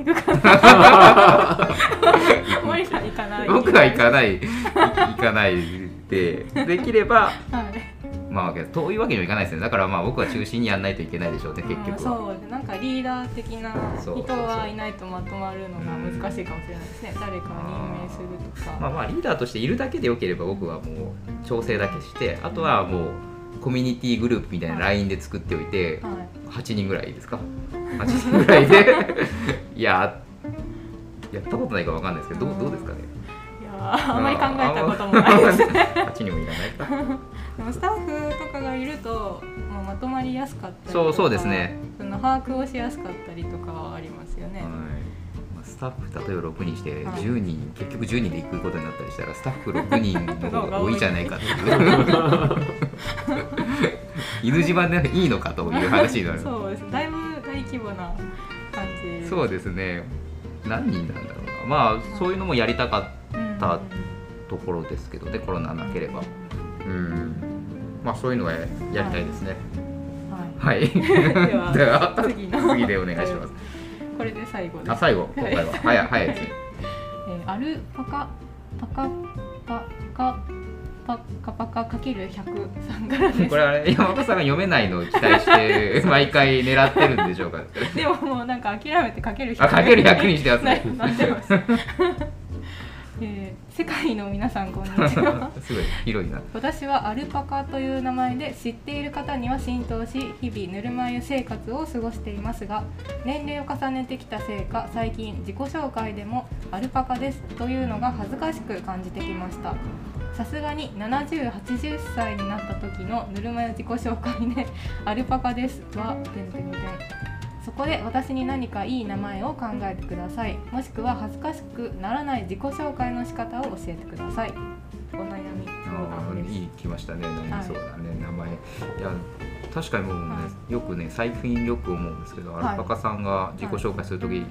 [SPEAKER 1] うん森さん行かない
[SPEAKER 2] 僕は行か
[SPEAKER 1] い、
[SPEAKER 2] ない行かないでできれば
[SPEAKER 1] はい、
[SPEAKER 2] まあ遠いわけにはいかないですねだからまあ僕は中心にやんないといけないでしょうね結
[SPEAKER 1] うん
[SPEAKER 2] 局は、
[SPEAKER 1] そうなんかリーダー的な
[SPEAKER 2] そう
[SPEAKER 1] 人
[SPEAKER 2] そうそう
[SPEAKER 1] はいないとまとまるのが難しいかもしれないですね誰かを任命するとか、
[SPEAKER 2] まあまあリーダーとしているだけでよければ僕はもう調整だけしてあとはもうコミュニティグループみたいな LINE で作っておいて
[SPEAKER 1] はい
[SPEAKER 2] 8人ぐらいですか8人ぐらいでいややったことないからわかんないですけどどうどうですかね
[SPEAKER 1] いやーあんまり考えたこともないです
[SPEAKER 2] あちにもいらな いか。
[SPEAKER 1] でもスタッフとかがいると、まあ、まとまりやすかったりとか
[SPEAKER 2] そうそうですね
[SPEAKER 1] その把握をしやすかったりとかはありますよね、
[SPEAKER 2] まあスタッフ例えば6人して
[SPEAKER 1] はい
[SPEAKER 2] 10人、結局10人で行くことになったりしたらスタッフ6人の方 が多いじゃないかっていう犬島でいいのかという話になる
[SPEAKER 1] そうですだいぶ大規模な感じ
[SPEAKER 2] そううですね何人なんだろうなまあそういうのもやりたかたったところですけどねコロナなければうんまあそういうのはやりたいですね
[SPEAKER 1] は
[SPEAKER 2] はい、
[SPEAKER 1] い、 では
[SPEAKER 2] では
[SPEAKER 1] 次の
[SPEAKER 2] 次でお願いします
[SPEAKER 1] これで最後です
[SPEAKER 2] あ最後今回は早い早いですね
[SPEAKER 1] えーアルパカパカパカパカパカかける100さんからです
[SPEAKER 2] これあれ山本さんが読めないのを期待 して毎回狙ってるんでしょうか
[SPEAKER 1] でももうなんか諦めてかける
[SPEAKER 2] あかける100にしてますね
[SPEAKER 1] なってます。えー世界の皆さんこんにちは。
[SPEAKER 2] すごい広いな
[SPEAKER 1] 私はアルパカという名前で知っている方には浸透し日々ぬるま湯生活を過ごしていますが年齢を重ねてきたせいか最近自己紹介でも「アルパカです」というのが恥ずかしく感じてきましたさすがに7080歳になった時のぬるま湯自己紹介で「アルパカです」はてんてんてんそこで私に何かいい名前を考えてくださいもしくは恥ずかしくならない自己紹介の仕方を教えてくださいお悩み相
[SPEAKER 2] あ
[SPEAKER 1] 談です
[SPEAKER 2] ーいい来ましたね悩みそうだね、名前いや確かにもうね、
[SPEAKER 1] は
[SPEAKER 2] よくね最近よく思うんですけど、
[SPEAKER 1] はい
[SPEAKER 2] アルパカさんが自己紹介する時、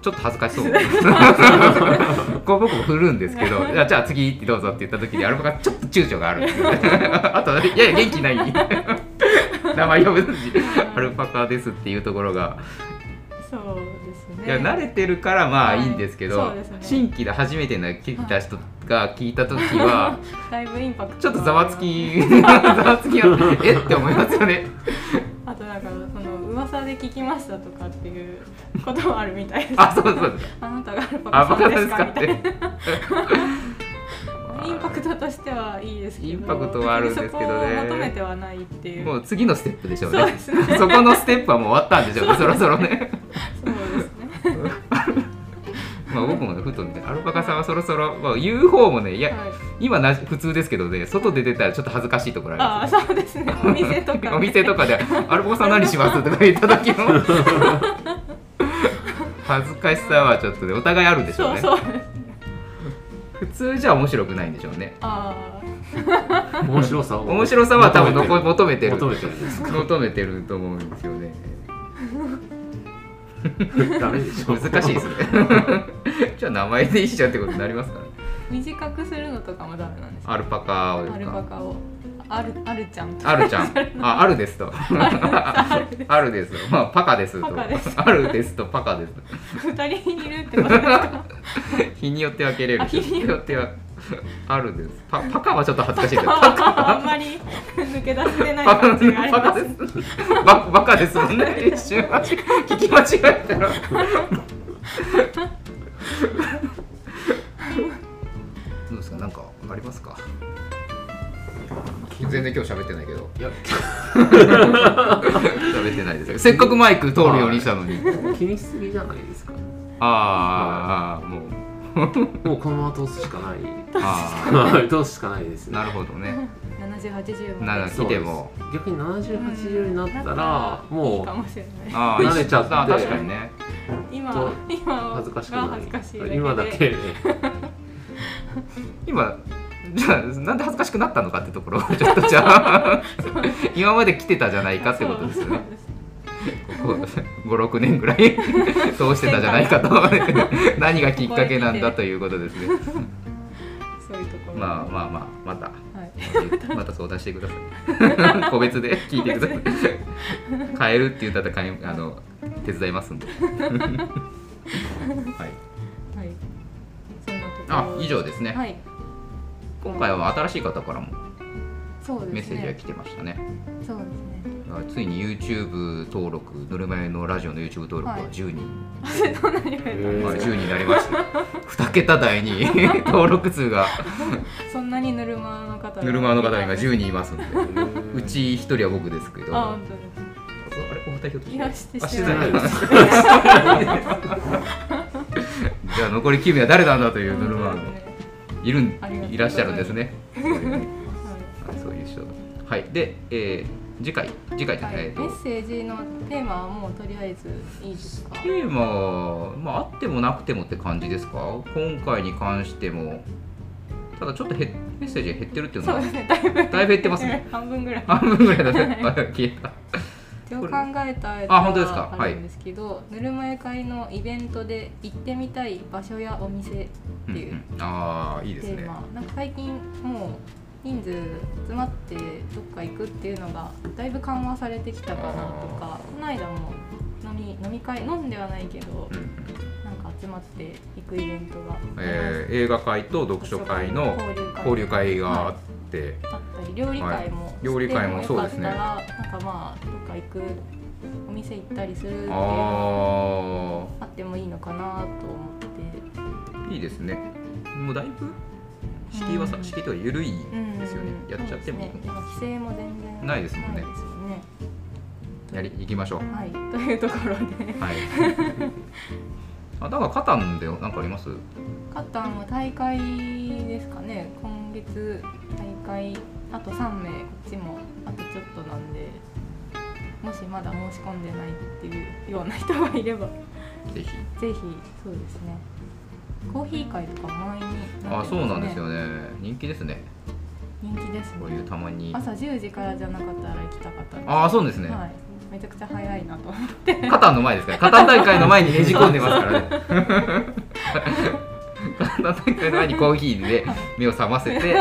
[SPEAKER 2] ちょっと恥ずかしそう こう僕も振るんですけど「いやじゃあ次どうぞ」って言った時にアルパカちょっと躊躇があるんですよね あと「いやいや元気ない」名前呼ぶのに「アルパカです」っていうところが
[SPEAKER 1] そうですね。
[SPEAKER 2] いや慣れてるからま
[SPEAKER 1] は
[SPEAKER 2] あ
[SPEAKER 1] い
[SPEAKER 2] いんですけど、
[SPEAKER 1] そうですね
[SPEAKER 2] 新規で初めての来た人が聞いた時 は
[SPEAKER 1] だいぶインパクト。
[SPEAKER 2] ちょっとざわ つ。きざわつきがえって思いますよね
[SPEAKER 1] あとなんかその噂で聞きましたとかっていうこともあるみたいです。
[SPEAKER 2] あそうそう
[SPEAKER 1] あなたがアルパ
[SPEAKER 2] あバ
[SPEAKER 1] カさ
[SPEAKER 2] カ
[SPEAKER 1] んで
[SPEAKER 2] ですす
[SPEAKER 1] か
[SPEAKER 2] か
[SPEAKER 1] み
[SPEAKER 2] ったて
[SPEAKER 1] いな。インパククトとしてはいいですけど
[SPEAKER 2] インパクトはあるんですけど
[SPEAKER 1] 別
[SPEAKER 2] ね
[SPEAKER 1] にそこを求めてはないっていう
[SPEAKER 2] もう次のステップでしょう
[SPEAKER 1] そうで
[SPEAKER 2] ね
[SPEAKER 1] すね
[SPEAKER 2] そこのステップはもう終わったんでしょうねそろそろね
[SPEAKER 1] そうですね
[SPEAKER 2] まあ僕もねふとねアルパカさんはそろそろ、まあ、UFO もねいや、
[SPEAKER 1] はい
[SPEAKER 2] 今な普通ですけどね外で出たらちょっと恥ずかしいところ
[SPEAKER 1] あ
[SPEAKER 2] あ
[SPEAKER 1] あ
[SPEAKER 2] りま
[SPEAKER 1] そうですねお店と
[SPEAKER 2] す、ね、
[SPEAKER 1] か
[SPEAKER 2] お店とかで「アルパカさん何します?」とか言った時の 恥ずかしさはちょっとねお互いあるでしょう
[SPEAKER 1] そう
[SPEAKER 2] ね
[SPEAKER 1] そう
[SPEAKER 2] 普通じゃ面白くないんでしょうね
[SPEAKER 1] あ
[SPEAKER 3] 面白さを
[SPEAKER 2] 面白さは多分残り求めてる
[SPEAKER 3] 求めてるんです
[SPEAKER 2] 求めてると思うんですよ ね
[SPEAKER 3] ダメでしょ
[SPEAKER 2] 難しいです ねじゃあ名前でいいじゃんってことになりますからね
[SPEAKER 1] あ短くするのとかもダメなんです
[SPEAKER 2] アルパカを
[SPEAKER 1] アルパカをあるあるちゃんと
[SPEAKER 2] あるちゃん、あ、あるで すと。あるですと、まあ、パカですと
[SPEAKER 1] パカです。
[SPEAKER 2] あるですと、パカですと。
[SPEAKER 1] 二人いるってことです か
[SPEAKER 2] 日によって分けれる。
[SPEAKER 1] あ日に
[SPEAKER 2] よっては。あるです。パ、パカはちょっと恥ずかしい けど。
[SPEAKER 1] あ
[SPEAKER 2] パ
[SPEAKER 1] んまり抜け出せてない感じがあり
[SPEAKER 2] パ
[SPEAKER 1] ま
[SPEAKER 2] カ
[SPEAKER 1] す
[SPEAKER 2] です。バ、バカですもんね。一瞬間違え聞き間違えたら。どうですか、なんかありますか。全然今日喋ってないけど。
[SPEAKER 3] いや
[SPEAKER 2] 喋ってないですよせっかくマイク通るようにしたのに。
[SPEAKER 3] 気にしすぎじゃないですか
[SPEAKER 2] あーあー、もう。
[SPEAKER 3] もうこのまま通すしかない
[SPEAKER 2] あ
[SPEAKER 3] はい通すしかないです
[SPEAKER 2] あ、
[SPEAKER 3] ね
[SPEAKER 2] なるほどね。
[SPEAKER 1] 七十八十ま
[SPEAKER 2] な
[SPEAKER 1] で
[SPEAKER 2] る来ても
[SPEAKER 3] そうです逆に7080になったら
[SPEAKER 1] いい
[SPEAKER 3] も
[SPEAKER 1] か
[SPEAKER 3] う
[SPEAKER 1] もしれない
[SPEAKER 2] ああ、
[SPEAKER 3] 慣れちゃって
[SPEAKER 2] あ確かにね。
[SPEAKER 1] 今今は
[SPEAKER 3] 恥ずかしく
[SPEAKER 1] が
[SPEAKER 3] な
[SPEAKER 1] 恥ずかしい
[SPEAKER 3] い今だけ
[SPEAKER 2] 今、じゃあ、なんで恥ずかしくなったのかってところを、ちょっとじゃあ、今まで来てたじゃないかってことですよね。ここ5、6年ぐ らい通してたじゃないかと。何がきっかけなんだということですね。
[SPEAKER 1] そういうところ
[SPEAKER 2] まあまあまあ、ま た。
[SPEAKER 1] はい
[SPEAKER 2] また相談してください。個 別で聞いてください。変えるって言うんだったら変え、あの、手伝います んで。はい。
[SPEAKER 1] はいそんなところ
[SPEAKER 2] あ、以上ですね。
[SPEAKER 1] はい
[SPEAKER 2] 今回は新しい方からも
[SPEAKER 1] そう
[SPEAKER 2] メ
[SPEAKER 1] で
[SPEAKER 2] ッ
[SPEAKER 1] す
[SPEAKER 2] セージが
[SPEAKER 1] ね
[SPEAKER 2] 来てましたね。
[SPEAKER 1] そうで
[SPEAKER 2] あついに YouTube 登録、ぬるま湯のラジオの YouTube 登録は10人、
[SPEAKER 1] すねどんなに増えたん
[SPEAKER 3] はい
[SPEAKER 2] まあ
[SPEAKER 1] です
[SPEAKER 2] 10人になりました。2桁台に 登録数が、
[SPEAKER 1] かそんなにぬるまの方が
[SPEAKER 2] ぬるま湯の方が今10人いますんで、う
[SPEAKER 3] う
[SPEAKER 2] ち1人は僕ですけど、
[SPEAKER 1] あ
[SPEAKER 2] あ
[SPEAKER 1] 本当です
[SPEAKER 2] れ、お二人と
[SPEAKER 1] いやして
[SPEAKER 2] あ
[SPEAKER 1] し
[SPEAKER 2] し
[SPEAKER 1] てて
[SPEAKER 2] な
[SPEAKER 1] ないい
[SPEAKER 2] で
[SPEAKER 1] です
[SPEAKER 2] じゃあ残り9名は誰なんだというぬるま湯のいるん
[SPEAKER 1] ありがとうございます
[SPEAKER 2] いらっしゃるんですね。はいそういう人。はい。で、えー次回次回じゃ
[SPEAKER 1] は
[SPEAKER 2] な
[SPEAKER 1] い、
[SPEAKER 2] いえ
[SPEAKER 1] メ
[SPEAKER 2] ーと
[SPEAKER 1] ッセージのテーマはもうとりあえずいいですか
[SPEAKER 2] テーマ、まあ、あってもなくてもって感じですか今回に関してもただちょっとへメッセージが減ってるっていう
[SPEAKER 1] そ
[SPEAKER 2] の
[SPEAKER 1] う
[SPEAKER 2] は
[SPEAKER 1] ですねだいぶ
[SPEAKER 2] だいぶ減ってますね
[SPEAKER 1] 半分ぐらい
[SPEAKER 2] 半分ぐらいだねあ消 えた
[SPEAKER 1] 一応考えたやつ
[SPEAKER 2] あ本当ですか
[SPEAKER 1] があるんですけど、ぬるま湯会のイベントで行ってみたい場所やお店テ
[SPEAKER 2] うんうんああいいです
[SPEAKER 1] ー
[SPEAKER 2] ね
[SPEAKER 1] マ、なんか最近もう人数集まってどっか行くっていうのがだいぶ緩和されてきたかなとかこの間も飲み飲み会飲んではないけど
[SPEAKER 2] うんうん
[SPEAKER 1] なんか集まって行くイベントが、
[SPEAKER 2] えー映画会と読書会の交
[SPEAKER 1] 交
[SPEAKER 2] 流
[SPEAKER 1] 流
[SPEAKER 2] 会
[SPEAKER 1] 会
[SPEAKER 2] があって、
[SPEAKER 1] あったり料理会も、
[SPEAKER 2] はい料理会もそうですね
[SPEAKER 1] よかったらなんかまあどっか行くお店行ったりするっていうのも
[SPEAKER 2] あ
[SPEAKER 1] あってもいいのかなと思って
[SPEAKER 2] あいいですねもうだいぶ敷居はさ
[SPEAKER 1] うん
[SPEAKER 2] 敷居とは緩い
[SPEAKER 1] うん
[SPEAKER 2] ですよねやっちゃってもいい
[SPEAKER 1] そうですね今規制も全然
[SPEAKER 2] ないですもんね
[SPEAKER 1] ないですよね
[SPEAKER 2] やり行きましょう
[SPEAKER 1] はい というところで
[SPEAKER 2] はい あだからカタンで何かあります
[SPEAKER 1] カッタンは大会ですかね今月大会あと3名こっちもあとちょっとなんでもしまだ申し込んでないっていうような人がいれば
[SPEAKER 2] ぜひ
[SPEAKER 1] ぜひそうですねコーヒー会とか満員になっ
[SPEAKER 2] あ
[SPEAKER 1] てますね
[SPEAKER 2] そうなんですよね人気ですね
[SPEAKER 1] 人気です
[SPEAKER 2] こういう
[SPEAKER 1] ね
[SPEAKER 2] たまに
[SPEAKER 1] 朝10時からじゃなかったら行きたかったです
[SPEAKER 2] ああそうですね、
[SPEAKER 1] はいめちゃくちゃ早いなと
[SPEAKER 2] カタンの前ですからカタン大会の前にねじ込んでますからねカタン大会の前にコーヒーで目を覚ませて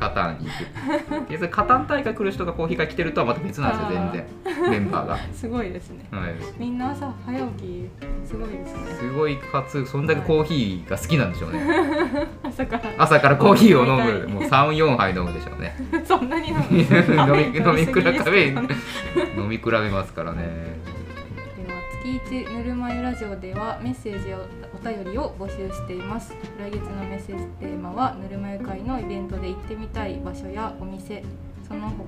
[SPEAKER 2] カタンに行くでそれカタン大会来る人がコーヒー会来てるとはまた別なんですよ全然メンバーが、
[SPEAKER 1] すごいですね
[SPEAKER 2] はい、
[SPEAKER 1] みんな朝早起きすごいですね
[SPEAKER 2] すごいかつそんだけコーヒーが好きなんでしょうね
[SPEAKER 1] 朝から
[SPEAKER 2] 朝からコーヒーを飲む
[SPEAKER 1] 飲
[SPEAKER 2] もう34杯飲むでしょうね
[SPEAKER 1] そんなに飲
[SPEAKER 2] 飲
[SPEAKER 1] む飲
[SPEAKER 2] み飲み比べ
[SPEAKER 1] 飲みすぎですけどね
[SPEAKER 2] 飲み比べますからね
[SPEAKER 1] では月一ぬるま湯ラジオではメッセージやお便りを募集しています来月のメッセージテーマはぬるま湯会のイベントで行ってみたい場所やお店そのほ、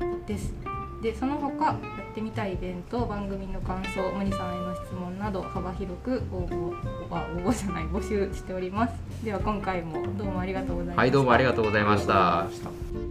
[SPEAKER 1] えーですでその他やってみたいイベント番組の感想森さんへの質問など幅広く応募あ応募じゃない募集しておりますでは今回もどうもありがとうございました、
[SPEAKER 2] はいどうもありがとうございました
[SPEAKER 3] ありがとうございました